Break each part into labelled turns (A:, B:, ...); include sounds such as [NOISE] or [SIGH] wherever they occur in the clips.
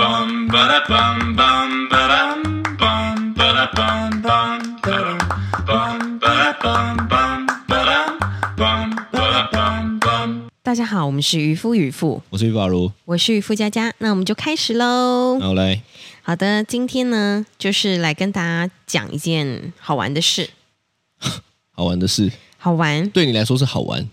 A: bum ba da bum bum ba dum bum ba da bum bum ba dum bum ba da bum bum ba dum bum ba da bum bum.
B: 大家好，我们是渔夫渔妇，
C: 我是于法如，
B: 我是渔夫佳佳，那我们就开始喽。
C: 然后来，
B: 好的，今天呢，就是来跟大家讲一件好玩的事，
C: 好玩的事
B: 好玩
C: 对你来说是好玩，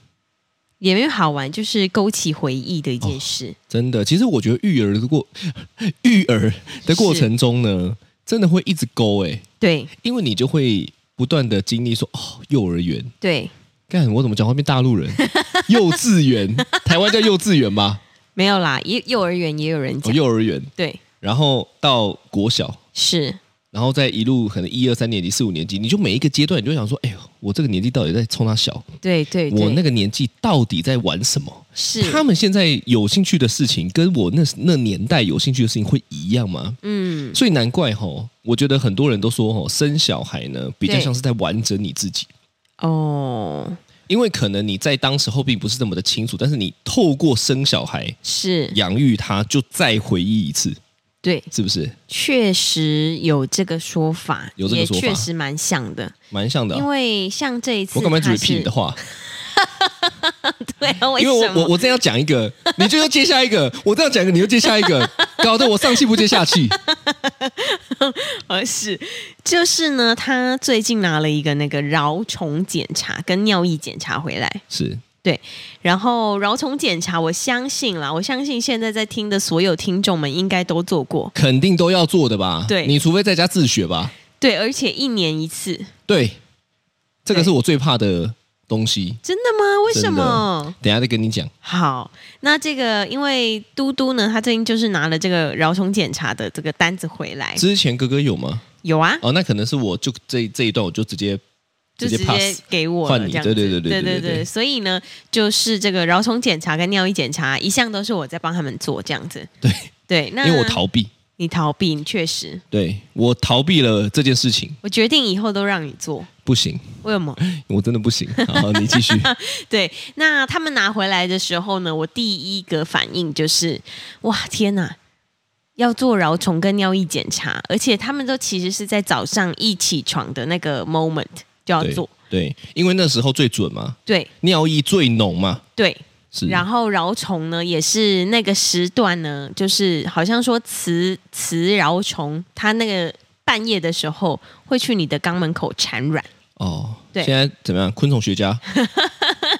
B: 也没有好玩，就是勾起回忆的一件事。
C: 真的。其实我觉得育儿的过 [LAUGHS] 育儿的过程中呢，真的会一直勾哎、
B: 对
C: 因为你就会不断的经历说哦，幼儿园，
B: 对，
C: 干我怎么讲话变大
B: [LAUGHS]
C: 陆人？幼稚园，台湾叫幼稚园吧，
B: 没有啦，幼幼儿园也有人
C: 哦，
B: 讲，
C: 幼儿园，
B: 对，
C: 然后到国小。
B: 是
C: 然后再一路可能一二三年级、四五年级，你就每一个阶段，你就会想说，哎呦，我这个年纪到底在冲他小，
B: 对对对，
C: 我那个年纪到底在玩什么？
B: 是
C: 他们现在有兴趣的事情，跟我那那年代有兴趣的事情会一样吗？
B: 嗯，
C: 所以难怪吼，我觉得很多人都说吼，生小孩呢比较
B: 对
C: 像是在完整你自己，
B: 哦，
C: 因为可能你在当时候并不是这么的清楚，但是你透过生小孩
B: 是
C: 养育他，就再回忆一次，
B: 对，
C: 是不是？
B: 确实有这个说法，
C: 有这个
B: 也
C: 说法
B: 确实蛮像的，
C: 蛮像的啊、
B: 因为像这一次
C: 我干嘛一直
B: 他
C: repeat
B: 是
C: 你的话？
B: [LAUGHS] 对啊，为
C: 因为
B: 什
C: 我
B: 么？
C: 我我这样讲一个，你就又接下一个；我这样讲一个，你又接下一个，
B: [LAUGHS]
C: 搞得我上气不接下气。
B: [LAUGHS] 而呃是就是呢，他最近拿了一个那个蛲虫检查跟尿液检查回来，
C: 是
B: 然后蛲虫检查，我相信啦，我相信现在在听的所有听众们应该都做过，
C: 肯定都要做的吧？
B: 对
C: 你除非在家自学吧。
B: 对，而且一年一次，
C: 对，这个
B: 对
C: 是我最怕的东西。
B: 真的吗？为什
C: 真的
B: 么？
C: 等一下再跟你讲。
B: 好，那这个因为嘟嘟呢，他最近就是拿了这个蛲虫检查的这个单子回来，
C: 之前哥哥有吗？
B: 有啊，
C: 哦，那可能是我就这这一段我就直接
B: 就
C: 直接
B: 直接
C: pass
B: 给我
C: 换
B: 了，
C: 你
B: 这样子。
C: 对对对
B: 对
C: 对对对对
B: 所以呢，就是这个蛲虫检查跟尿液检查一向都是我在帮他们做这样子。
C: 对，
B: 对，那
C: 因为我逃避，
B: 你逃避，你确实，
C: 对我逃避了这件事情，
B: 我决定以后都让你做。
C: 不行，
B: 为什么？ [LAUGHS]
C: 我真的不行。好，你继续。
B: 对，那他们拿回来的时候呢，我第一个反应就是，哇，天哪！要做蛲虫跟尿液检查，而且他们都其实是在早上一起床的那个 moment 就要
C: 对
B: 做，
C: 对，因为那时候最准嘛，
B: 对
C: 尿意最浓嘛，
B: 对，
C: 是。
B: 然后饶虫呢，也是那个时段呢，就是好像说雌雌饶虫，它那个半夜的时候会去你的肛门口产卵， [LAUGHS]
C: 哦，
B: 对
C: 现在怎么样？昆虫学家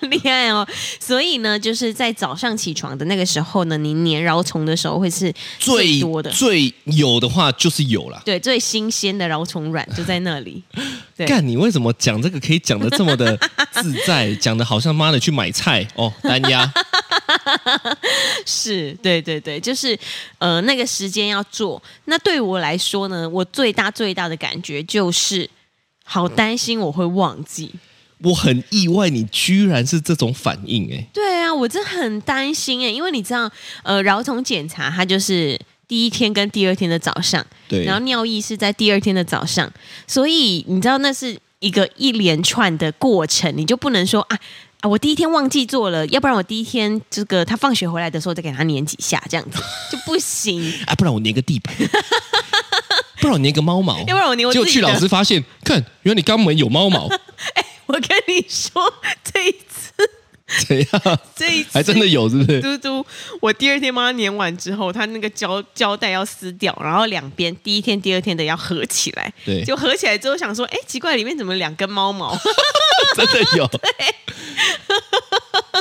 B: 很厉害哦。所以呢，就是在早上起床的那个时候呢，你粘饶虫的时候会是最
C: 最
B: 多的，
C: 最有的话就是有啦。
B: 对，最新鲜的饶虫卵就在那里。 [LAUGHS] 对
C: [LAUGHS] 干，你为什么讲这个可以讲的这么的自在？讲的好像妈的去买菜哦，单
B: [LAUGHS]
C: 压。
B: 是对对对，就是呃那个时间要做。那对我来说呢，我最大最大的感觉就是好担心我会忘记。
C: 我很意外，你居然是这种反应哎、
B: 对啊，我真的很担心哎，因为你知道，呃，蛲虫检查它就是第一天跟第二天的早上，
C: 对，
B: 然后尿液是在第二天的早上，所以你知道那是一个一连串的过程，你就不能说啊啊，我第一天忘记做了，要不然我第一天这个他放学回来的时候再给他粘几下，这样子就不行，
C: [LAUGHS] 啊，不然我粘个
B: [LAUGHS]
C: 地板，不然我粘个猫毛，
B: 要不然我粘我
C: 结
B: 自
C: 果
B: 己
C: 去
B: 的
C: 老。师发现，看，原来你肛门有猫
B: [LAUGHS]
C: 毛，
B: 我跟你说，这一次
C: 怎样？
B: 这一次
C: 还真的有，是不
B: [LAUGHS]
C: 是？
B: 嘟嘟，我第二天帮他粘完之后，他那个胶胶带要撕掉，然后两边第一天、第二天的要合起来。
C: 对
B: 就合起来之后想说，哎，奇怪，里面怎么两根猫毛？？
C: 真的有。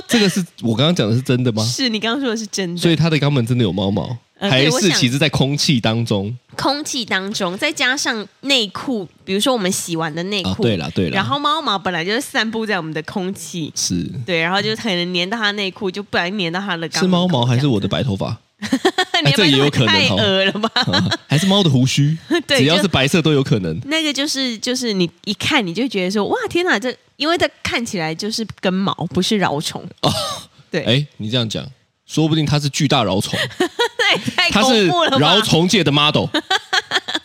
C: 这个是我刚刚讲的是真的吗
B: [LAUGHS] 是你刚刚说的是真的。
C: 所以他的肛门真的有猫毛，
B: 呃
C: 还
B: 对我
C: 是
B: 想
C: 其实在空气当中
B: 空气当中，再加上内裤，比如说我们洗完的内裤，
C: 啊？对啦，对啦，
B: 然后猫毛本来就是散布在我们的空气，
C: 是
B: 对，然后就可能粘到他内裤，就不然粘到他的肛门口。
C: 是猫毛还是我的白头发？
B: 这样？
C: 这也有可
B: [LAUGHS]
C: 能
B: 太
C: 哦
B: 恶了吧？
C: 啊 [LAUGHS] 还是猫的胡须？
B: [LAUGHS] 对
C: 只要
B: 就是
C: 白色都有可能。
B: 那个就是就是你一看你就觉得说哇天哪，这因为它看起来就是根毛，不是蛲虫， [LAUGHS] 对
C: 哎，你这样讲，说不定它是巨大蛲虫，
B: 那也 [LAUGHS] 太
C: 它是
B: 恐怖了吧？
C: 蛲虫界的
B: [LAUGHS]
C: model，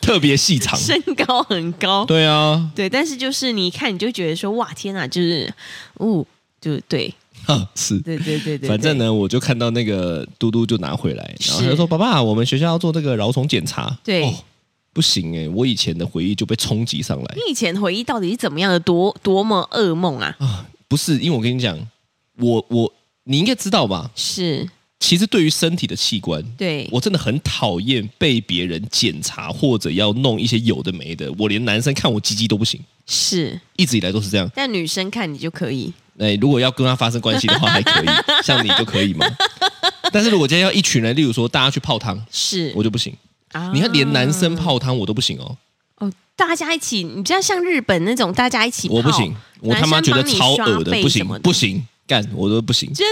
C: 特别细长。
B: 身高很高，
C: 对啊，
B: 对但是就是你一看你就觉得说哇天哪，就是哦，就对，
C: 啊，是，
B: 对对对对，
C: 反正呢，我就看到那个嘟嘟就拿回来，然后他
B: 是
C: 就说：“爸爸，我们学校要做这个蛲虫检查。”
B: 对
C: 哦，不行哎、我以前的回忆就被冲击上来
B: 对。你以前回忆到底是怎么样的多多么噩梦啊？
C: 啊！不是，因为我跟你讲，我我你应该知道吧？
B: 是
C: 其实对于身体的器官，
B: 对，
C: 我真的很讨厌被别人检查或者要弄一些有的没的。我连男生看我鸡鸡都不行，
B: 是，
C: 一直以来都是这样。
B: 但女生看你就可以，
C: 哎，如果要跟他发生关系的话，
B: [LAUGHS]
C: 还可以，像你就可以吗？但是如果今天要一群人，例如说大家去泡汤，
B: 是
C: 我就不行。
B: 啊
C: 你看，连男生泡汤我都不行哦，
B: 哦，大家一起，你知道像日本那种大家一起泡，
C: 我不行，我他妈觉得超
B: 男生
C: 恶
B: 帮你刷
C: 的，
B: 背
C: 不
B: 什
C: 行
B: 么的
C: 不行，干我都不行，
B: 真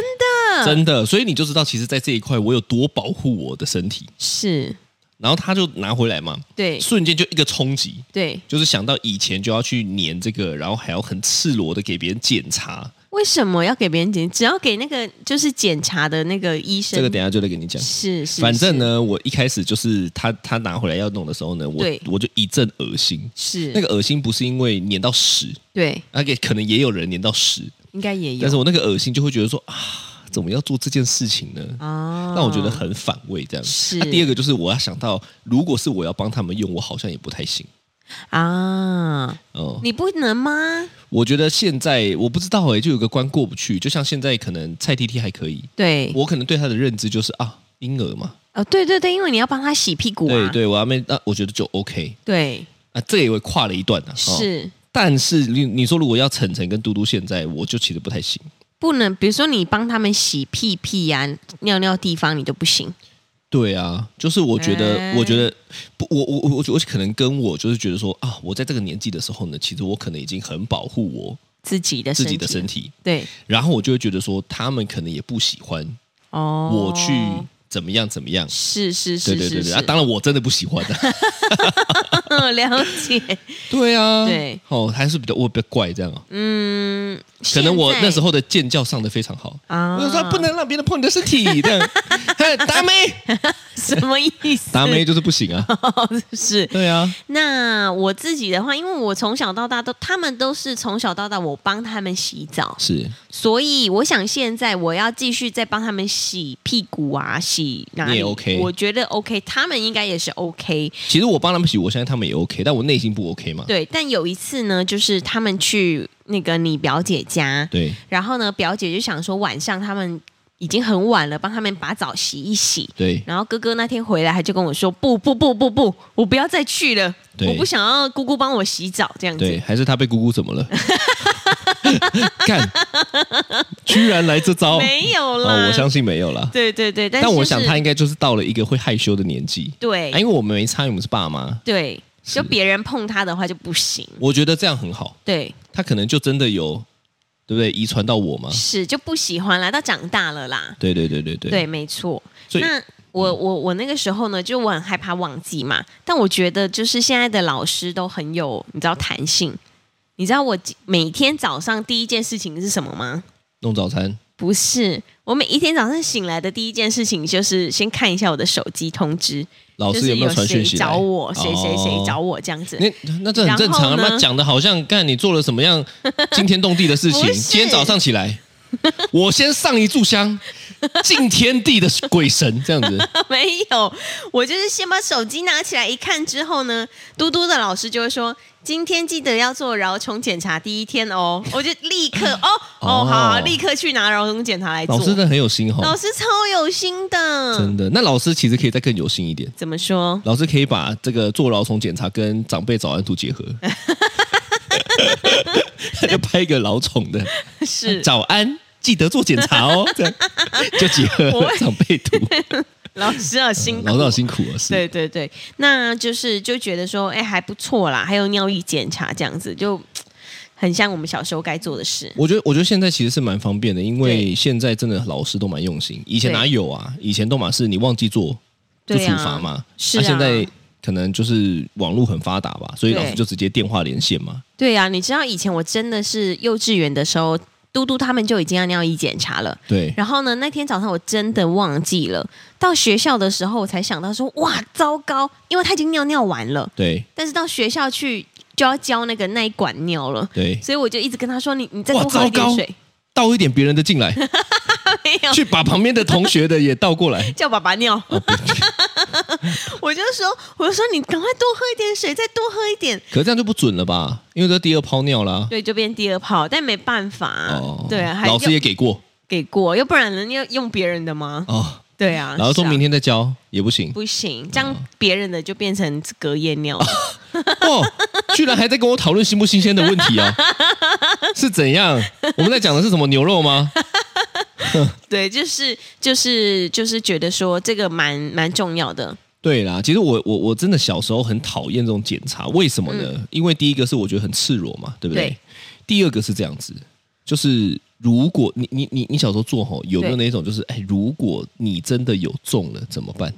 B: 的
C: 真的。所以你就知道，其实，在这一块我有多保护我的身体。
B: 是，
C: 然后他就拿回来嘛，
B: 对
C: 瞬间就一个冲击，
B: 对，
C: 就是想到以前就要去粘这个，然后还要很赤裸的给别人检查。
B: 为什么要给别人检？只要给那个就是检查的那个医生，
C: 这个等一下就得跟你讲。
B: 是是，
C: 反正呢，我一开始就是他他拿回来要弄的时候呢，我
B: 对
C: 我就一阵恶心。
B: 是
C: 那个恶心不是因为粘到屎，
B: 对，
C: 那个可能也有人粘到屎，
B: 应该也有，
C: 但是我那个恶心就会觉得说啊，怎么要做这件事情呢？
B: 啊，
C: 让我觉得很反胃，这样。
B: 是
C: 那第二个就是我要想到，如果是我要帮他们用，我好像也不太行。
B: 啊，
C: 哦、
B: 你不能吗？
C: 我觉得现在我不知道哎、就有个关过不去。就像现在可能蔡 T T 还可以，
B: 对，
C: 我可能对他的认知就是啊，婴儿嘛，
B: 哦，对对对，因为你要帮他洗屁股
C: 对
B: 啊，
C: 对，我要没那、我觉得就 OK
B: 对
C: 啊，这也会跨了一段啊。哦
B: 是
C: 但是你你说如果要晨晨跟嘟嘟现在，我就其实不太行。
B: 不能，比如说你帮他们洗屁屁呀、尿尿地方你都不行，
C: 对啊，就是我觉得，
B: 哎
C: 我觉得不，我我我我我可能跟我就是觉得说啊，我在这个年纪的时候呢，其实我可能已经很保护我
B: 自己的
C: 自己的身
B: 体，
C: 体，
B: 对
C: 然后我就会觉得说，他们可能也不喜欢
B: 哦，
C: 我去怎么样怎么样。
B: 是是
C: 对
B: 是
C: 对对
B: 是
C: 对
B: 是， [LAUGHS] 哦
C: 啊！当然我真的不喜欢的、啊
B: 了解，
C: 对啊，
B: 对，
C: 哦，还是比较我比较怪这样啊，
B: 嗯，
C: 可能我
B: 现在
C: 那时候的剑教上的非常好，
B: 啊，
C: 我就说不能让别人碰你的身体，这
B: [LAUGHS]
C: 样，嘿达妹，
B: 什么意思？
C: 达妹就是不行啊，
B: [LAUGHS] 是
C: 对啊，
B: 那我自己的话，因为我从小到大都，他们都是从小到大我帮他们洗澡，
C: 是
B: 所以我想现在我要继续再帮他们洗屁股啊，洗哪
C: 你
B: 里
C: 也 OK
B: 我觉得 OK，他们应该也是 OK。
C: 其实我帮他们洗，我相信他们也 OK，但我内心不 OK 嘛。
B: 对，但有一次呢，就是他们去那个你表姐家，
C: 对
B: 然后呢，表姐就想说晚上他们已经很晚了，帮他们把澡洗一洗。
C: 对
B: 然后哥哥那天回来，他就跟我说：“不不不不不，我不要再去了，
C: 对
B: 我不想要姑姑帮我洗澡这样子。”
C: 对，还是他被姑姑怎么了？ [LAUGHS] 看，居然来这招！
B: 没有啦、
C: 哦，我相信没有啦。
B: 对对对，但
C: 但我
B: 就是
C: 想他应该就是到了一个会害羞的年纪，
B: 对、
C: 啊因为我们没参与，我们是爸妈。
B: 对，就别人碰他的话就不行，
C: 我觉得这样很好，
B: 对，
C: 他可能就真的有，对不对？遗传到我嘛？
B: 是就不喜欢啦，到长大了啦，
C: 对对对对对。
B: 对，没错。
C: 所以
B: 那我我我那个时候呢，就我很害怕忘记嘛，但我觉得就是现在的老师都很有你知道弹性，你知道我几每天早上第一件事情是什么吗？
C: 弄早餐，
B: 不是，我每一天早上醒来的第一件事情就是先看一下我的手机通知，
C: 老
B: 就
C: 师
B: 是
C: 没有传
B: 谁
C: 讯息来
B: 找我，谁谁谁
C: 哦
B: 找我这样子。
C: 那那这很正常啊！
B: 然后呢
C: 妈讲的好像干你做了什么样惊天动地的事情。
B: 不是
C: 今天早上
B: [LAUGHS]
C: 起来，我先上一炷香，敬天地的鬼神这样子。
B: [LAUGHS] 没有，我就是先把手机拿起来一看之后呢，嘟嘟的老师就会说：“今天记得要做蛲虫检查第一天
C: [LAUGHS]
B: 哦。”我就立刻哦
C: 哦
B: 哦好，立刻去拿蛲虫检查来做。
C: 老师真的很有心
B: 老
C: 哈，
B: 师超有心的，
C: 真的。那老师其实可以再更有心一点，
B: 怎么
C: [LAUGHS]
B: 说？
C: 老师可以把这个做老虫检查跟长辈早安
B: [LAUGHS]
C: 图结合。他就拍一个老虫的
B: 是
C: 早安，记得做检查哦，
B: [LAUGHS]
C: 这样就结合
B: 我
C: 长辈图。
B: 老师好辛苦，
C: 老师好辛苦啊，是
B: 对对对，那就是就觉得说，哎，还不错啦，还有尿液检查这样子，就很像我们小时候该做的事。
C: 我觉得，我觉得现在其实是蛮方便的，因为
B: 对
C: 现在真的老师都蛮用心。以前
B: 对
C: 哪有啊？以前都嘛是你忘记做就
B: 对
C: 处
B: 啊
C: 罚嘛。
B: 是
C: 那
B: 啊
C: 现在可能就是网络很发达吧，所以
B: 对
C: 老师就直接电话连线嘛。
B: 对呀、你知道以前我真的是幼稚园的时候，嘟嘟他们就已经要尿液检查了。
C: 对，
B: 然后呢，那天早上我真的忘记了，到学校的时候我才想到说，哇，糟糕，因为他已经尿尿完了，
C: 对，
B: 但是到学校去就要交那个那一管尿了，
C: 对，
B: 所以我就一直跟他说，你你再
C: 哇
B: 多喝一
C: 糟糕
B: 点水。 [LAUGHS]
C: 倒一点别人的进来，
B: 没有
C: 去把旁边的同学的也倒过来。
B: 叫爸爸尿。
C: 哦，不
B: [LAUGHS] 我就说，我就说你赶快多喝一点水，再多喝一点。
C: 可是这样就不准了吧？因为这第二泡尿啦。
B: 对，就变第二泡，但没办法，
C: 哦，
B: 对啊，还
C: 老师
B: 用
C: 也给过
B: 给过，要不然人家用别人的吗？
C: 哦，
B: 对啊，
C: 然后
B: 是
C: 说
B: 啊啊
C: 明哦天再教也不行。
B: 不行，这样别人的就变成隔夜尿了。
C: 哦，居然还在跟我讨论新不新鲜的问题 [LAUGHS] 啊？是怎样？我们在讲的是什么牛肉吗？
B: [LAUGHS] 对，就是就是就是觉得说这个蛮蛮重要的，
C: 对啦，其实我我我真的小时候很讨厌这种检查，为什么呢？因为第一个是我觉得很赤裸嘛，对嗯不对？
B: 对
C: 第二个是这样子，就是如果你你你你小时候做吼，有没有
B: 对
C: 那种就是哎，如果你真的有中了怎么办？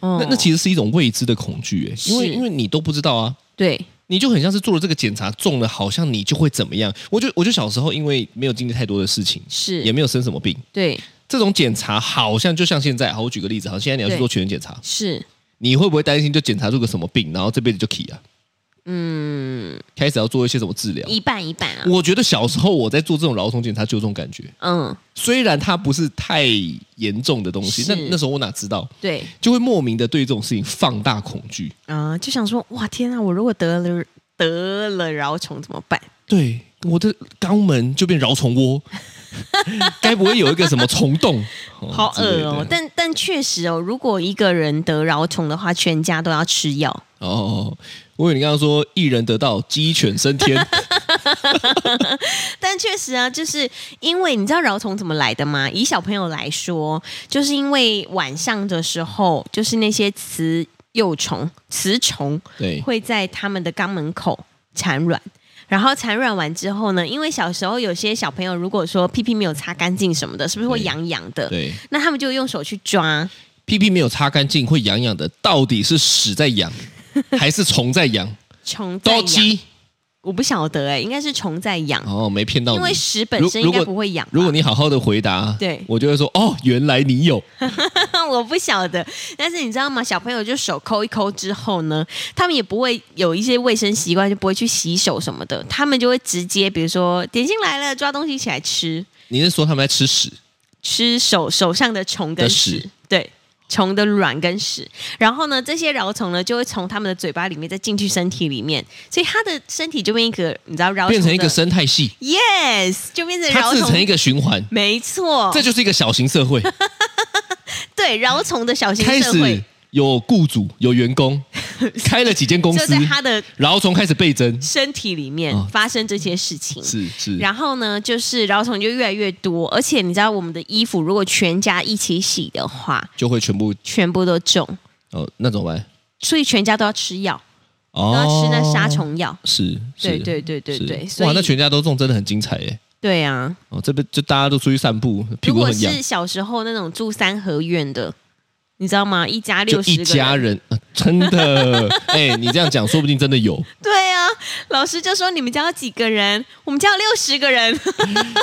B: 哦
C: 那那其实是一种未知的恐惧、哎，因为
B: 是
C: 因为你都不知道啊。
B: 对
C: 你就很像是做了这个检查中了，好像你就会怎么样？我就我就小时候因为没有经历太多的事情，
B: 是
C: 也没有生什么病，
B: 对
C: 这种检查好像就像现在，好，我举个例子，好，现在你要去
B: 对
C: 做全身检查，
B: 是，
C: 你会不会担心就检查出个什么病，然后这辈子就 key 啊？
B: 嗯，
C: 开始要做一些什么治疗？
B: 一半一半啊，
C: 我觉得小时候我在做这种劳动检查就有这种感觉，
B: 嗯，
C: 虽然它不是太严重的东西，
B: 是
C: 那那时候我哪知道，
B: 对
C: 就会莫名的对这种事情放大恐惧。
B: 啊、就想说，哇，天啊，我如果得了得了饶虫怎么办？
C: 对，我的肛门就变饶
B: [LAUGHS]
C: 虫窝，该不会有一个什么虫洞？哦
B: 好
C: 之
B: 恶
C: 类的
B: 哦！但但确实哦，如果一个人得饶虫的话，全家都要吃药。
C: 哦，我以为你刚刚说一人得道，鸡犬
B: [LAUGHS]
C: 升天。
B: 但确实啊，就是因为你知道饶虫怎么来的吗？以小朋友来说，就是因为晚上的时候，就是那些雌幼虫、雌虫
C: 对，
B: 会在他们的肛门口产卵。然后产卵完之后呢，因为小时候有些小朋友如果说屁屁没有擦干净什么的，是不是会
C: 对
B: 痒痒的？
C: 对，
B: 那他们就用手去抓，
C: 屁屁没有擦干净会痒痒的，到底是屎在
B: [LAUGHS]
C: 痒，还是虫在痒？
B: 虫在
C: 多
B: 痒。
C: 鸡
B: 我不晓得哎、应该是虫在痒，
C: 哦，没骗到
B: 因为
C: 你。
B: 屎本身应
C: 如如果
B: 该不会痒吧。
C: 如果你好好的回答，
B: 对
C: 我就会说哦，原来你有
B: [LAUGHS] 我不晓得，但是你知道吗？小朋友就手抠一抠之后呢，他们也不会有一些卫生习惯，就不会去洗手什么的，他们就会直接，比如说点心来了，抓东西起来吃，
C: 你是说他们在吃屎？
B: 吃手手上的虫跟
C: 的
B: 屎
C: 屎，
B: 对。虫的卵跟屎，然后呢，这些饶虫呢就会从他们的嘴巴里面再进去身体里面，所以它的身体就变一个，你知道哦饶虫的
C: 变成一个生态系，
B: ，yes，就变成
C: 它
B: 饶
C: 自成一
B: 虫，
C: 个循环，
B: 没错，
C: 这就是一个小型社会。
B: 对饶虫的小型
C: [LAUGHS] 开
B: 哦社会
C: 始，有雇主有员
B: [LAUGHS]
C: 工，开了几间公
B: 就在，
C: 司
B: 它的
C: 然后从开始倍
B: [LAUGHS]
C: 增，
B: 身体里面
C: 哦
B: 发生这些事情。
C: 是是，
B: 然后呢，就是饶虫就越来越多，而且你知道，我们的衣服如果全家一起洗的话，
C: 就会全部
B: 全部都中，
C: 哦，那怎么办？
B: 所以全家都要吃药，
C: 哦
B: 都要吃那杀，虫药。
C: 是，是
B: 对对对对
C: 是
B: 对，所以
C: 哇，那全家都中真的很精彩耶！
B: 对啊。
C: 哦，这边就大家都出去散步，屁
B: 如
C: 股
B: 果
C: 很痒，
B: 是小时候那种住三合院的，你知道吗？一家
C: 就
B: 六十
C: 一
B: 个
C: 家人，呃真的，哎，你这样讲，说不定真的有。
B: 对啊，老师就说你们家有几个人？我们家有六十个人。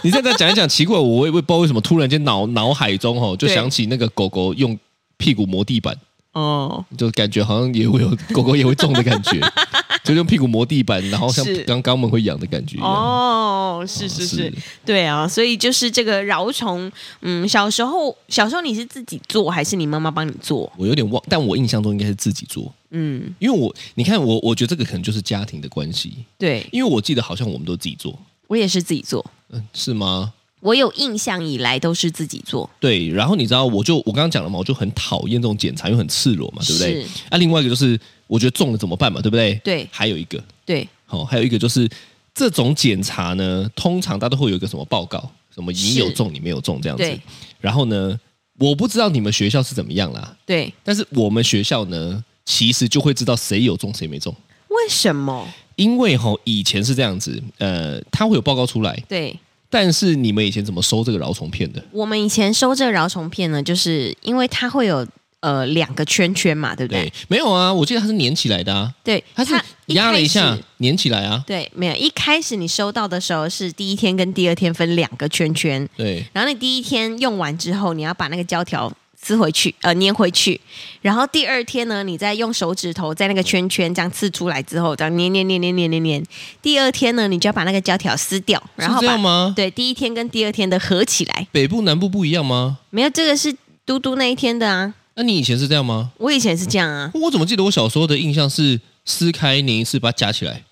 C: 你现在讲一讲，奇怪，我也不知道为什么突然间脑脑海中哦，就
B: 对
C: 想起那个狗狗用屁股磨地板，
B: 哦，
C: 就感觉好像也会有狗狗也会中的感觉， [LAUGHS] 就用屁股磨地板，然后像
B: 是
C: 刚肛门会痒的感觉一
B: [LAUGHS]
C: 样。
B: 哦，是
C: 哦
B: 是是，对啊，所以就是这个饶虫，嗯，小时候小时候你是自己做还是你妈妈帮你做？
C: 我有点忘，但我印象中应该是自己做，
B: 嗯，
C: 因为我你看我，我觉得这个可能就是家庭的关系，
B: 对
C: 因为我记得好像我们都自己做，
B: 我也是自己做，
C: 嗯，是吗？
B: 我有印象以来都是自己做，
C: 对，然后你知道，我就我刚刚讲了嘛，我就很讨厌这种检查，因为很赤裸嘛，对不对
B: 是？
C: 那、另外一个就是，我觉得中了怎么办嘛，对不对？
B: 对
C: 还有一个，
B: 对，
C: 好、还有一个就是这种检查呢，通常大家都会有一个什么报告，什么你
B: 是
C: 有中，你没有中这样子
B: 对。
C: 然后呢，我不知道你们学校是怎么样啦，
B: 对，
C: 但是我们学校呢，其实就会知道谁有中谁没中，
B: 为什么？
C: 因为吼、以前是这样子，呃，他会有报告出来，
B: 对
C: 但是你们以前怎么收这个饶虫片的？
B: 我们以前收这个饶虫片呢，就是因为它会有呃两个圈圈嘛，对不对
C: 对？，没有啊，我记得它是粘起来的啊，
B: 对，
C: 它是
B: 一
C: 压了一
B: 开
C: 下
B: 始。
C: 粘起来啊，
B: 对，没有。一开始你收到的时候是第一天跟第二天分两个圈圈，
C: 对
B: 然后你第一天用完之后，你要把那个胶条撕回去，呃，粘回去。然后第二天呢，你再用手指头在那个圈圈这样刺出来之后，这样粘粘粘粘粘粘粘。第二天呢，你就要把那个胶条撕掉，然后
C: 是这
B: 把
C: 样吗
B: 对第一天跟第二天的合起来。
C: 北部南部不一样吗？
B: 没有，这个是嘟嘟那一天的啊。
C: 那你以前是这样吗？
B: 我以前是这样啊，
C: 我怎么记得我小时候的印象是撕开粘一次，把它夹起来，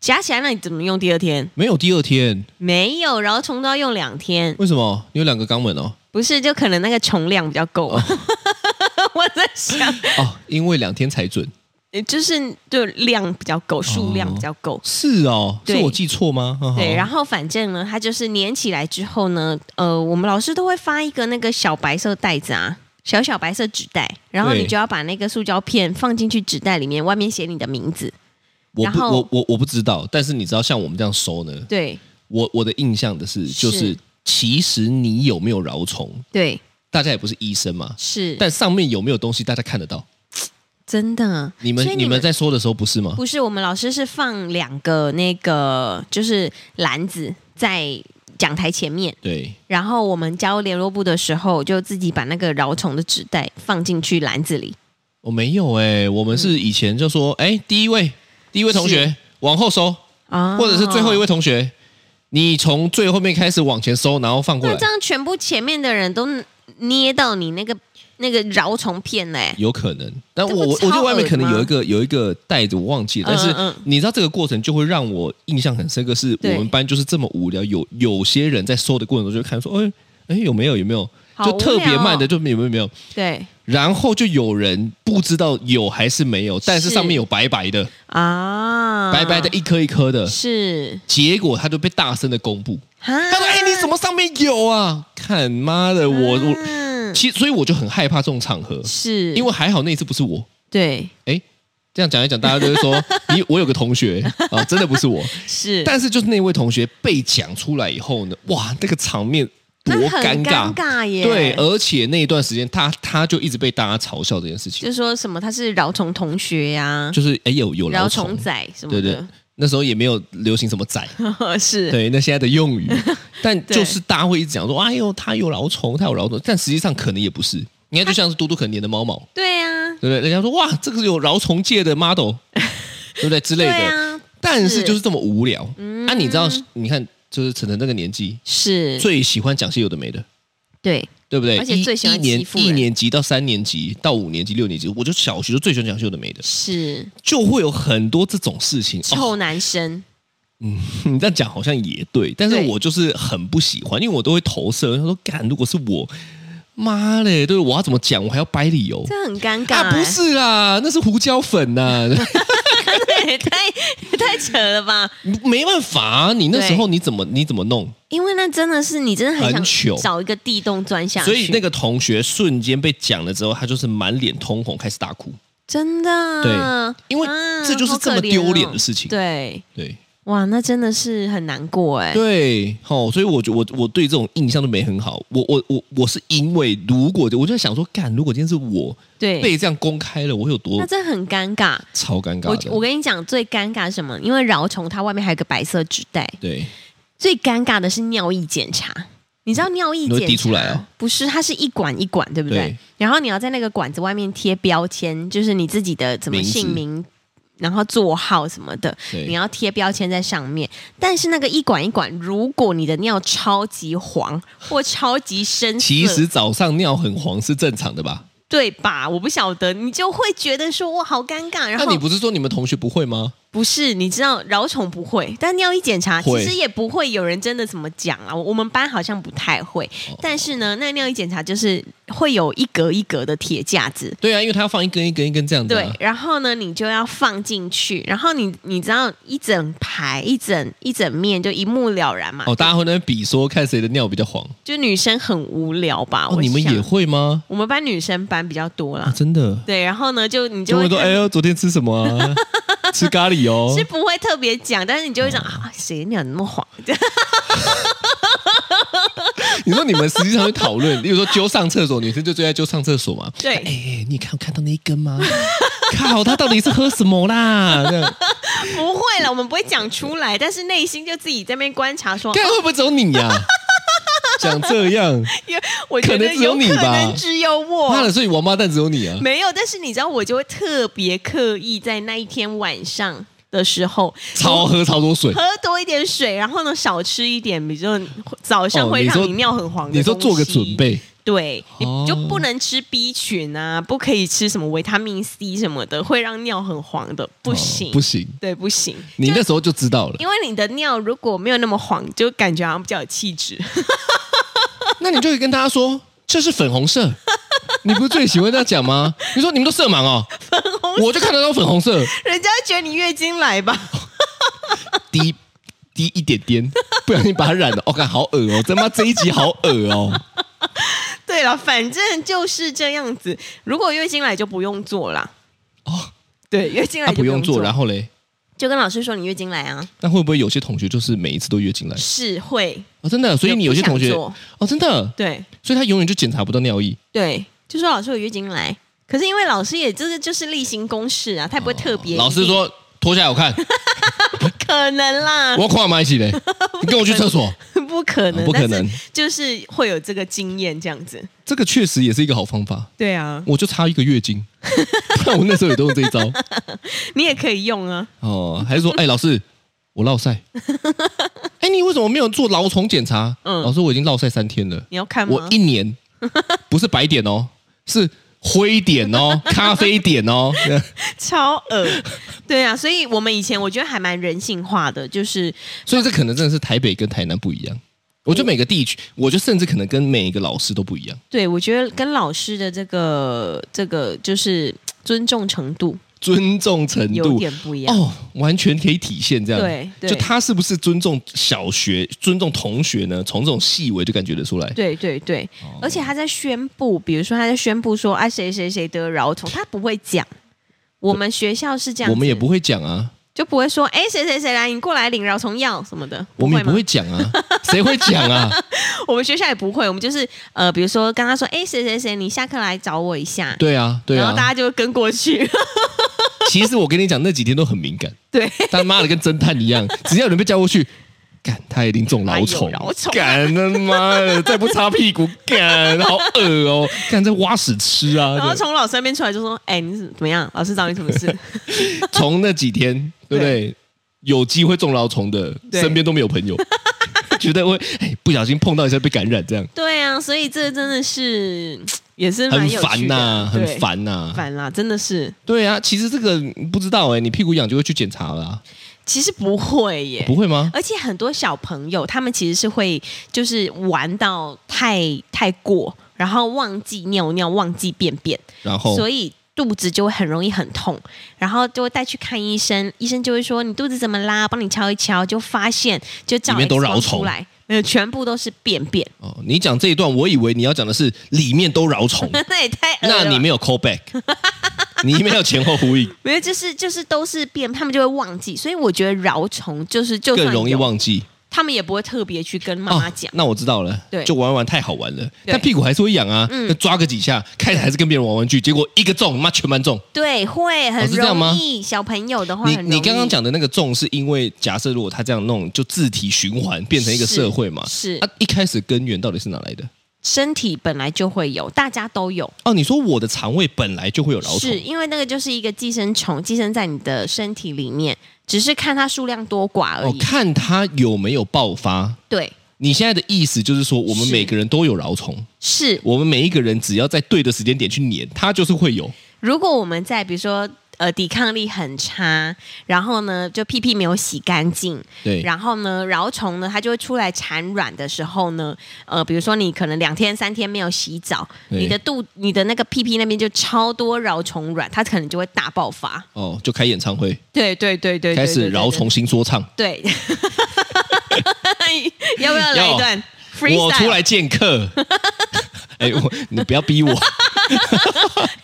B: 夹起来那你怎么用第二天？
C: 没有第二天，
B: 没有，然后虫都要用两天，
C: 为什么？你有两个肛门
B: [LAUGHS]
C: 哦？
B: 不是就可能那个虫量比较够。 [LAUGHS] 我在想，
C: 哦，因为两天才准。
B: 就是就量比较够，数量比较够。
C: 是哦，是
B: 对
C: 我记错吗？
B: 对，然
C: 后
B: 后反正呢，它就是粘起来之后呢，呃，我们老师都会发一个那个小白色袋子啊，小小白色纸袋，然后
C: 对
B: 你就要把那个塑胶片放进去纸袋里面，外面写你的名字。
C: 我
B: 然
C: 不
B: 后
C: 我我我不知道，但是你知道像我们这样收呢，
B: 对
C: 我我的印象的是，就是
B: 是
C: 其实你有没有饶虫，
B: 对，
C: 大家也不是医生嘛，
B: 是，
C: 但上面有没有东西大家看得到？
B: 真的。
C: 你们
B: 所以
C: 你们在说的时候不是吗？
B: 不是我们老师是放两个那个就是篮子在讲台前面，
C: 对，
B: 然后我们交联络部的时候，就自己把那个饶虫的纸袋放进去篮子里。
C: 我没有哎、我们
B: 嗯
C: 是以前就说，哎、第一位第一位同学往后收，
B: 啊
C: 或者是最后一位同学，你从最后面开始往前收，然后放过
B: 那
C: 来
B: 这，样全部前面的人都捏到你那个那个饶虫片嘞、
C: 有可能。但
B: 这
C: 我
B: 不
C: 我我
B: 超
C: 觉得外面
B: 恶
C: 可能
B: 吗
C: 有一个有一个袋子，我忘记了。但
B: 嗯嗯
C: 是你知道这个过程就会让我印象很深刻，是我
B: 对
C: 们班就是这么无聊，有有些人在收的过程中就看说，哎哎有没有有没有，就
B: 好无
C: 特别
B: 聊
C: 慢
B: 哦
C: 的就有没有有没有，
B: 对
C: 然后就有人不知道有还是没有，但是
B: 是
C: 上面有白白的，
B: 啊，
C: 白白的一颗一颗的，
B: 是
C: 结果他就被大声的公布。
B: 啊，
C: 他说：“哎、你怎么上面有啊？看妈的，我我
B: 嗯
C: 其实所以我就很害怕这种场合，
B: 是
C: 因为还好那一次不是我。
B: 对
C: 这样讲一讲，大家就会说 [LAUGHS] 你我有个同学啊，真的不是我。
B: 是，
C: 但是就是那位同学被讲出来以后呢，哇，那个场面多
B: 那很
C: 尴
B: 尴
C: 尬。
B: 尬耶，
C: 对，呃而且那一段时间，他他就一直被大家嘲笑这件事情，
B: 就说什么他是饶虫同学呀、
C: 就是哎、有有
B: 饶
C: 老
B: 虫
C: 虫，
B: 仔什么
C: 对对
B: 的，，
C: 那时候也没有流行什么仔，
B: [LAUGHS] 是
C: 对，那现在的
B: [LAUGHS]
C: 用语，但
B: 对
C: 就是大家会一直讲说，哎呦，它有老虫，它有老虫，但实际上可能也不是。你看，就像是嘟嘟可能粘的猫毛，
B: 对啊呀、
C: 对不对？人家说哇，这个是有饶虫界的 model，对不对之类
B: 对啊
C: 的？
B: 呀、
C: 但是
B: 是嗯
C: 就是这么无聊。啊，你知道，你看，就是晨晨那个年纪，
B: 是
C: 最喜欢讲些有的没的，
B: 对
C: 对不对？
B: 而且
C: 一
B: 最喜欢
C: 一年
B: 欺负人
C: 一年级到三年级到五年级六年级，我就小学就最喜欢讲些有的没的，
B: 是
C: 就会有很多这种事情。哦
B: 臭男生、
C: 嗯你这样讲好像也对，但是
B: 对
C: 我就是很不喜欢，因为我都会投射。他说：“干，如果是我，妈嘞，对我要怎么讲？我还要掰理由
B: 这很尴尬、欸
C: 啊？
B: [LAUGHS]
C: 不是啦，那是胡椒粉啊呐、
B: 对，太太扯了吧？
C: 没办法、你那时候你怎么你怎么弄？
B: 因为那真的是你真的
C: 很
B: 很
C: 糗
B: 想找一个地洞钻下去，
C: 所以那个同学瞬间被讲了之后，他就是满脸通红，开始大哭，
B: 真的
C: 对因为
B: 啊
C: 这就是这么
B: 好可怜哦
C: 丢脸的事情
B: 对，
C: 对
B: 哇，那真的是很难过哎。
C: 对，哦，所以我就我我对这种印象都没很好。我我我我是因为如果我就在想说，干，如果今天是我
B: 对，
C: 被这样公开了，我会有多
B: 那真的很尴尬。
C: 超尴尬
B: 我
C: 的。
B: 我跟你讲，最尴尬是什么？因为饶虫它外面还有个白色纸袋，
C: 对。”
B: 最尴尬的是尿液检查。你知道尿液
C: 你会
B: 检查
C: 滴出来哦
B: 不是，它是一管一管，对不对？
C: 对
B: 然后你要在那个管子外面贴标签，就是你自己的怎么
C: 名字
B: 姓名，然后座号什么的，
C: 对
B: 你要贴标签在上面。但是那个一管一管，如果你的尿超级黄或超级深色，
C: 其实早上尿很黄是正常的吧？
B: 对吧？我不晓得，你就会觉得说哇，好尴尬。然
C: 那
B: 后
C: 你不是说你们同学不会吗？
B: 不是，你知道饶宠不会，但尿液检查
C: 会
B: 其实也不会有人真的怎么讲啊。我我们班好像不太会，
C: 哦
B: 但是呢，那尿液检查就是会有一格一格的铁架子。
C: 对啊，因为他要放一根一根一根这样子、
B: 对
C: 啊。，
B: 然后呢，你就要放进去，然后你你知道一整排一整一整面就一目了然嘛，
C: 哦，大家会在那边比说看谁的尿比较黄。
B: 就女生很无聊吧？
C: 哦，
B: 啊我
C: 你们
B: 想
C: 也，会吗？
B: 我们班女生班比较多啦，
C: 啊，真的。
B: 对，然后呢，就你就
C: 就
B: 会
C: 会说，
B: 看
C: 哎呦，昨天吃什么
B: [LAUGHS]
C: 啊？吃咖喱哦
B: 是。不会特别讲，但是你就会讲、啊，谁尿那么黄？ [LAUGHS]
C: 你说你们实际上会讨论，比如说揪上厕所，女生就最爱揪上厕所嘛。
B: 对
C: 哎、哎你看看到那一根吗？ [LAUGHS] 靠，他到底是喝什么啦？
B: [LAUGHS]
C: 这样，
B: 不会了，我们不会讲出来，但是内心就自己在那边观察说，
C: 看会不会只有你呀、啊讲这样，
B: 哎我觉
C: 可
B: 得
C: 能只有你吧
B: 可能只有我。
C: 妈的，所以王八蛋只有你啊！
B: 没有，但是你知道，我就会特别刻意在那一天晚上的时候
C: [LAUGHS] 超喝超多水
B: 喝，多一点水，然后呢少吃一点，比如说早上
C: 哦
B: 会
C: 你
B: 让
C: 说
B: 你尿很黄的
C: 你说
B: 东
C: 做个
B: 西
C: 准，备，
B: 对，你就
C: 哦
B: 不能吃 B 群啊，不可以吃什么维他命 C 什么的，会让尿很黄的，不
C: 不
B: 行，
C: 哦不行，
B: 对，不行。
C: 你
B: 就
C: 那时候就 [LAUGHS] 知道了。
B: 因为你的尿如果没有那么黄，就感觉好像比较有气质。
C: 那你就可以跟大家说，这是粉红色。 [LAUGHS] 你不是最喜欢这样讲吗？你说你们都色盲哦，粉红我就看得到粉红色，
B: 人家觉得你月经来吧？ [LAUGHS]
C: 滴滴一点点， [LAUGHS] 不小心把它染了。哦，看好恶哦，他妈这一集好恶 [LAUGHS] 哦。
B: 对了，反正就是这样子。如果月经来就不用做啦。
C: 哦，
B: 对，月经来
C: 那
B: 就
C: 不用
B: 用
C: 做，然后嘞，
B: 就跟老师说你月经来啊，
C: 那会不会有些同学就是每一次都约进来？
B: 是会
C: 哦，真的，所以你有些同学
B: 就不想
C: 哦，真的，
B: 对
C: 所以他永远就检查不到尿液。
B: 对，就说老师我月经来。可是因为老师也就是就是例行公事啊，他也不会特别、
C: 哦老师说脱下来我看，
B: 不可能啦
C: 我，要看妈一 [LAUGHS] 起嘞，你跟我去厕所。
B: 不可能，
C: 不可能
B: 但是就是会有这个经验这样子。
C: 这个确实也是一个好方法，
B: 对啊，
C: 我就差一个月经， [LAUGHS] 不然我那时候也都用这一招。
B: 你也可以用啊。
C: 哦，还是说，哎，老师，我
B: [LAUGHS]
C: 落晒。哎，你为什么没有做劳虫检查？
B: 嗯
C: 老师，我已经落晒三天了，
B: 你要看吗
C: 我？一年
B: [LAUGHS]
C: 不是白点哦，是灰
B: [LAUGHS]
C: 点哦，咖啡点哦。
B: 超恶， [LAUGHS] 对啊，所以我们以前我觉得还蛮人性化的，就是
C: 所以这可能真的是台北跟台南不一样。我觉得每个地区，我觉得甚至可能跟每一个老师都不一样，
B: 对我觉得跟老师的这个这个就是尊重程度
C: 尊重程
B: 有
C: 度
B: 点不一样。
C: 哦，完全可以体现这样。
B: 对对
C: 就他是不是尊重小学、尊重同学呢？从这种细微就感觉得出来。
B: 对对对，
C: 哦
B: 而且他在宣布，比如说他在宣布说啊谁谁谁得饶虫，他不会讲。我们学校是这样子，
C: 我们也不会讲啊，
B: 就不会说哎谁谁谁来，你过来领饶虫药什么的，
C: 我们也不
B: 吗
C: 会讲啊，谁会讲
B: [LAUGHS]
C: 啊？
B: 我们学校也不会，我们就是呃，比如说跟他说哎谁谁谁，你下课来找我一下，
C: 对啊，对
B: 然后大
C: 啊。
B: 家就会跟过去。 [LAUGHS]
C: 其实我跟你讲，那几天都很敏感，
B: 对，
C: 他妈的跟侦探一样，
B: [LAUGHS]
C: 只要有人被叫过去，干他一定中老虫，
B: 哎呦老虫
C: 干他妈的，再不擦屁股，干好恶哦，干在挖屎吃啊。
B: 然后
C: 这样
B: 从老师那边出来就说：“哎、你是怎么样？老师找你什么事
C: 从那几天，对不对？有机会中老虫的，
B: 对
C: 身边都没有朋
B: [LAUGHS]
C: 友，觉得会哎不小心碰到一下被感染，这样？”
B: 对啊，所以这真的是也是蛮
C: 很
B: 有
C: 烦
B: 趣的
C: 呐、很
B: 对
C: 烦呐、
B: 烦啦，真的是。
C: 对啊，其实这个不知道哎、你屁股痒就会去检查了啊、
B: 其实不会耶，
C: 不会吗？
B: 而且很多小朋友他们其实是会就是玩到太太过，然后忘记尿尿，忘记便便，
C: 然后
B: 所以。肚子就会很容易很痛，然后就会带去看医生，医生就会说你肚子怎么啦，帮你敲一敲，就发现就照
C: 里面都
B: X 光
C: 饶
B: 出
C: 虫
B: 来，没有全部都是便便， [LAUGHS]
C: 哦，你讲这一段，我以为你要讲的是里面都
B: [LAUGHS]
C: 饶虫，
B: 那也太恶了吧
C: 那你没有 call
B: [LAUGHS]
C: back，你没有前后呼应，
B: 没有，就是就是都是变，他们就会忘记，所以我觉得饶虫就是就算
C: 更容易
B: 有，
C: 忘记。啊
B: 他们也不会特别去跟妈妈讲。
C: 那我知道了，
B: 对
C: 就玩玩太好玩了，
B: 对嗯
C: 但屁股还是会痒啊。那抓个几下，开始还是跟别人玩玩具，结果一个中，妈全班中。
B: 对，会很
C: 哦是这样
B: 容
C: 吗
B: 易。小朋友的话
C: 你
B: 很容易，
C: 你刚刚讲的那个中，是因为假设如果他这样弄，就自体循环变成一个社会嘛？
B: 是是
C: 啊，一开始根源到底是哪来的？
B: 身体本来就会有，大家都有，
C: 哦，你说我的肠胃本来就会有老
B: 是
C: 虫，
B: 因为那个就是一个寄生虫，寄生在你的身体里面，只是看它数量多寡而
C: 哦
B: 已。，
C: 看它有没有爆发。
B: 对，
C: 你现在的意思就是说，我们
B: 是
C: 每个人都有蛲虫，
B: 是
C: 我们每一个人只要在对的时间点去粘，它就是会有。
B: 如果我们在比如说呃抵抗力很差，然后呢就屁屁没有洗干净，
C: 对，
B: 然后呢，饶虫呢，它就会出来产卵的时候呢，呃，比如说你可能两天三天没有洗澡，
C: 对
B: 你的肚、你的那个屁屁那边就超多饶虫卵，它可能就会大爆发。
C: 哦，就开演唱会，
B: 对对对对，
C: 开始蛲虫。新说唱，
B: 对， [LAUGHS] 要不要来一段
C: 我出
B: freestyle？
C: 来见客。 [LAUGHS] 哎，我你不要逼我，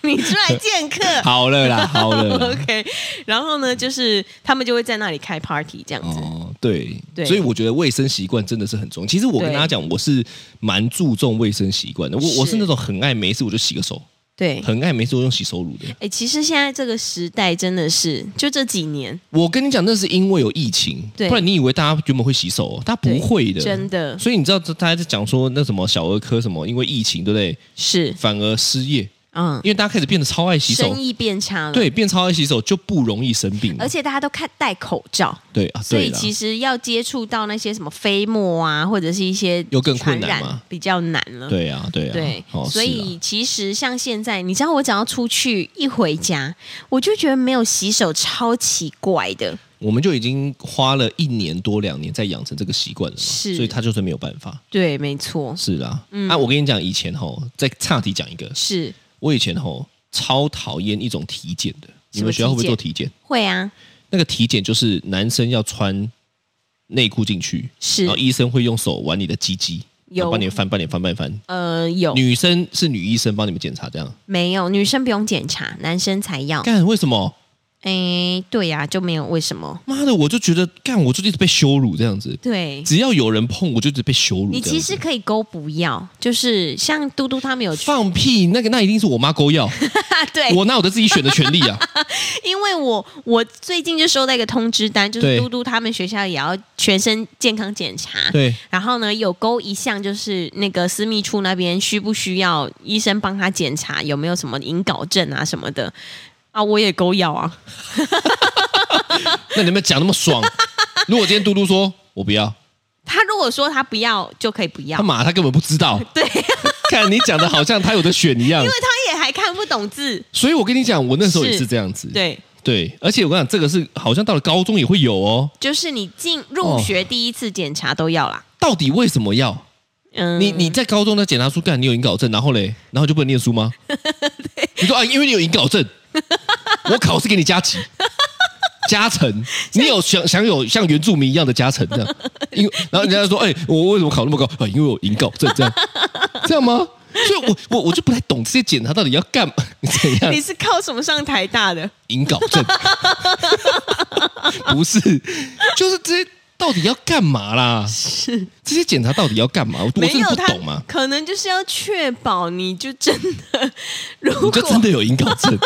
B: 你出来见客。
C: 好了啦，好了
B: [LAUGHS]
C: 啦。
B: OK，然后呢，就是他们就会在那里开 party 这样子。
C: 哦，对，
B: 对
C: 所以我觉得卫生习惯真的是很重要。其实我跟
B: 对
C: 大家讲，我是蛮注重卫生习惯的。我我
B: 是
C: 是那种很爱没事我就洗个手，
B: 对，
C: 很爱没事用洗手乳的。
B: 哎，其实现在这个时代真的是，就这几年，
C: 我跟你讲，那是因为有疫情，
B: 对
C: 不然你以为大家原本会洗手、哦？大家不会的，
B: 真的
C: 所以你知道，大家在讲说那什么小儿科什么，因为疫情，对不对？
B: 是，
C: 反而失业，
B: 嗯，
C: 因为大家开始变得超爱洗手
B: 生，意变差了，，
C: 对，变超爱洗手就不容易生病了
B: 而。且大家都看戴口罩，
C: 对啊，
B: 所
C: 对
B: 以
C: 啦
B: 其实要接触到那些什么飞沫啊，或者是一些
C: 又更困
B: 传
C: 难
B: 染
C: 嘛
B: 比较难了。
C: 对啊，对啊，
B: 对
C: 哦、
B: 所
C: 是
B: 以其实像现在，你知道我只要出去一回家，我就觉得没有洗手超奇怪的。
C: 啊、我们就已经花了一年多两年在养成这个习惯了嘛，
B: 是嗯
C: 所以他就是没有办法。
B: 对，没错，
C: 是啦，啊，我跟你讲，以前吼，再岔题讲一个，
B: 是
C: 我以前吼超讨厌一种体检的，你
B: 什么
C: 们学校会不会
B: 体检
C: 做体检？
B: 会啊，
C: 那个体检就是男生要穿内裤进去，
B: 是
C: 然后医生会用手玩你的鸡鸡，
B: 有
C: 哦帮你翻，帮你翻，帮你翻。
B: 呃有
C: 女生是女医生帮你们检查，这样
B: 没有？女生不用检查，男生才要。
C: 干为什么？
B: 哎，对呀、就没有为什么？
C: 妈的，我就觉得干，我就一直被羞辱这样子。
B: 对。
C: 只要有人碰，我就一直被羞辱这
B: 你
C: 样子。
B: 其实可以勾不要，就是像嘟嘟他们有去，啊
C: 放屁，那个那一定是我妈勾要，
B: 对，
C: 我哪有的自己选的权利
B: [LAUGHS]
C: 啊？
B: 因为我我最近就收到一个通知单，就是
C: 对
B: 嘟嘟他们学校也要全身健康检查，
C: 对，
B: 然后呢有勾一项就是那个私密处那边需不需要医生帮他检查有没有什么隐睾症啊什么的啊，我也勾要啊，
C: 那你们讲那么爽？如果今天嘟嘟说我不要，
B: 他如果说他不要就可以不要， [LAUGHS]
C: 他
B: 因
C: 妈他根本不知道。对、看你讲的好像他有的选一样
B: 为。他也还看不懂字，
C: 所以我跟你讲，我那时候也
B: 是
C: 是这样子。
B: 对，
C: 对，而且我跟你讲，这个是好像到了高中也会有哦。
B: 就是你进入学第一次检查都要啦，
C: 到底为什么要？
B: 嗯，
C: 你你在高中的检查出干，你有引稿症，然后嘞，然后就不能念
B: [LAUGHS]
C: 书吗？你说啊，因为你有引稿症，我考试给你加级。加成，你有想想有像原住民一样的加成
B: [LAUGHS]
C: 这样，因为然后人家说，哎、我为什么考那么高？啊，因为我引稿症这样，这样吗？所以我我我就不太懂这些检查到底要干嘛， [LAUGHS] 怎样
B: 你？是靠什么上台大的？
C: 引稿
B: [LAUGHS]
C: 症，不是，就是这些到底要干嘛啦？是这些检查到底要干嘛？我我
B: 没
C: 真的
B: 有
C: 不
B: 他
C: 懂啊嘛，。
B: 可能就是要确保你就真的，如 [LAUGHS]
C: 你
B: 果
C: 就真的有引稿症？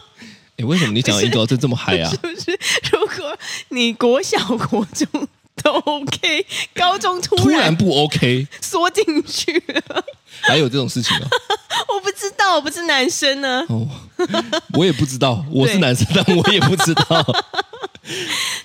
C: [LAUGHS] 哎、为什么你讲引稿症这么嗨啊
B: 是？不是？如果你国小、国中都 OK，高中突
C: 突然
B: 然
C: 不 OK，
B: 缩进去了，
C: 还有这种事情
B: [LAUGHS]
C: 哦？
B: 我不知道，我不是男生呢、
C: 哦，我也不知道，我是
B: 对
C: 男生，但我也不
B: [LAUGHS]
C: 知道。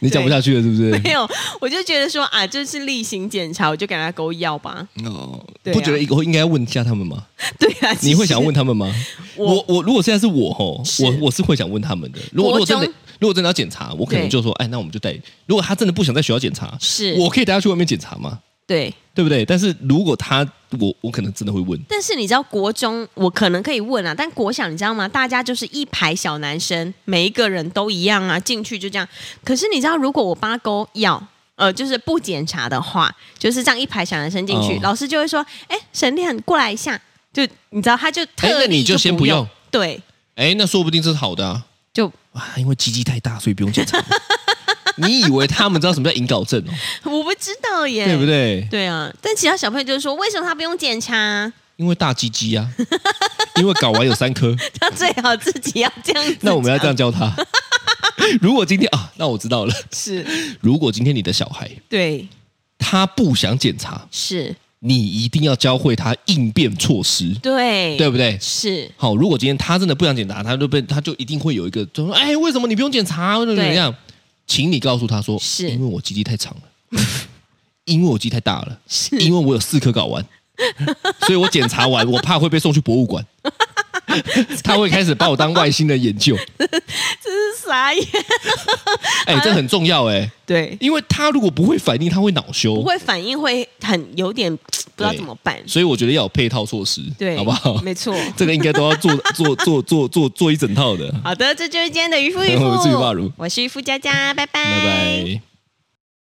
C: 你讲不下去了，是不
B: 没
C: 是？
B: 有，我就觉得说啊，这是例行检查，我就给他勾要吧。
C: 哦，
B: 对啊
C: 不觉得以后应该问一下他们吗？
B: 对啊，其
C: 你会
B: 实
C: 想问他们吗？
B: 我
C: 我我如果现在是我吼，
B: 是
C: 我我是会想问他们的。如果如
B: 国
C: 果真
B: 中
C: 的如果真的要检查，我可能
B: 对
C: 就说，哎，那我们就带。如果他真的不想在学校检查，
B: 是
C: 我可以带他去外面检查吗？
B: 对，
C: 对不对？但是如果他我我可能真的会问，
B: 但是你知道国中我可能可以问啊，但国小你知道吗？大家就是一排小男生，每一个人都一样啊，进去就这样。可是你知道，如果我八勾要呃，就是不检查的话，就是这样一排小男生进去，
C: 哦
B: 老师就会说：“哎，沈炼过来一下。”啊就你知道，他就特
C: 哎那你
B: 地
C: 就先不
B: 不
C: 用
B: 对，
C: 哎，那说不定这是好的啊，
B: 就
C: 啊因为鸡鸡太大，所以不用检 [LAUGHS] 查。你以为他们知道什么叫引稿症哦，
B: 我不知道耶，
C: 对不？对？
B: 对啊，但其他小朋友就是说，为什么他不用检查、 [LAUGHS]
C: 因为大鸡鸡啊，因为睾丸有三 [LAUGHS] 颗，
B: 他最好自己要这样子讲。
C: 那我们要这样教他。如果今天啊，那我知道了。
B: 是，
C: 如果今天你的小孩
B: 对，
C: 他不想检查，
B: 是，
C: 你一定要教会他应变措施，
B: 对，
C: 对不对？
B: 是，
C: 好，如果今天他真的不想检查，他就被他就一定会有一个就说，哎，为什么你不用检查？怎么怎么样？请你告诉他说，
B: 是
C: 因为我鸡鸡太长了， [LAUGHS] 因为我鸡鸡太大了，因为我有四颗睾丸， [LAUGHS] 所以我检查完，我怕会被送去博物 [LAUGHS] 馆。他会开始把我当外星人研 [LAUGHS] 究，
B: 这是啥呀？
C: 哎、这很重要哎、
B: 对，
C: 因为他如果不会反应，他会恼羞
B: 不，会反应会很有点不知道怎么办。
C: 所以我觉得要有配套措施，
B: 对，
C: 好不好？
B: 没错。
C: 这个应该都要做做做做做做一整套的。 [LAUGHS]
B: 好的，这就是今天的渔夫渔夫，
C: 我是渔霸如
B: 我是渔夫佳佳，拜拜，
C: 拜拜。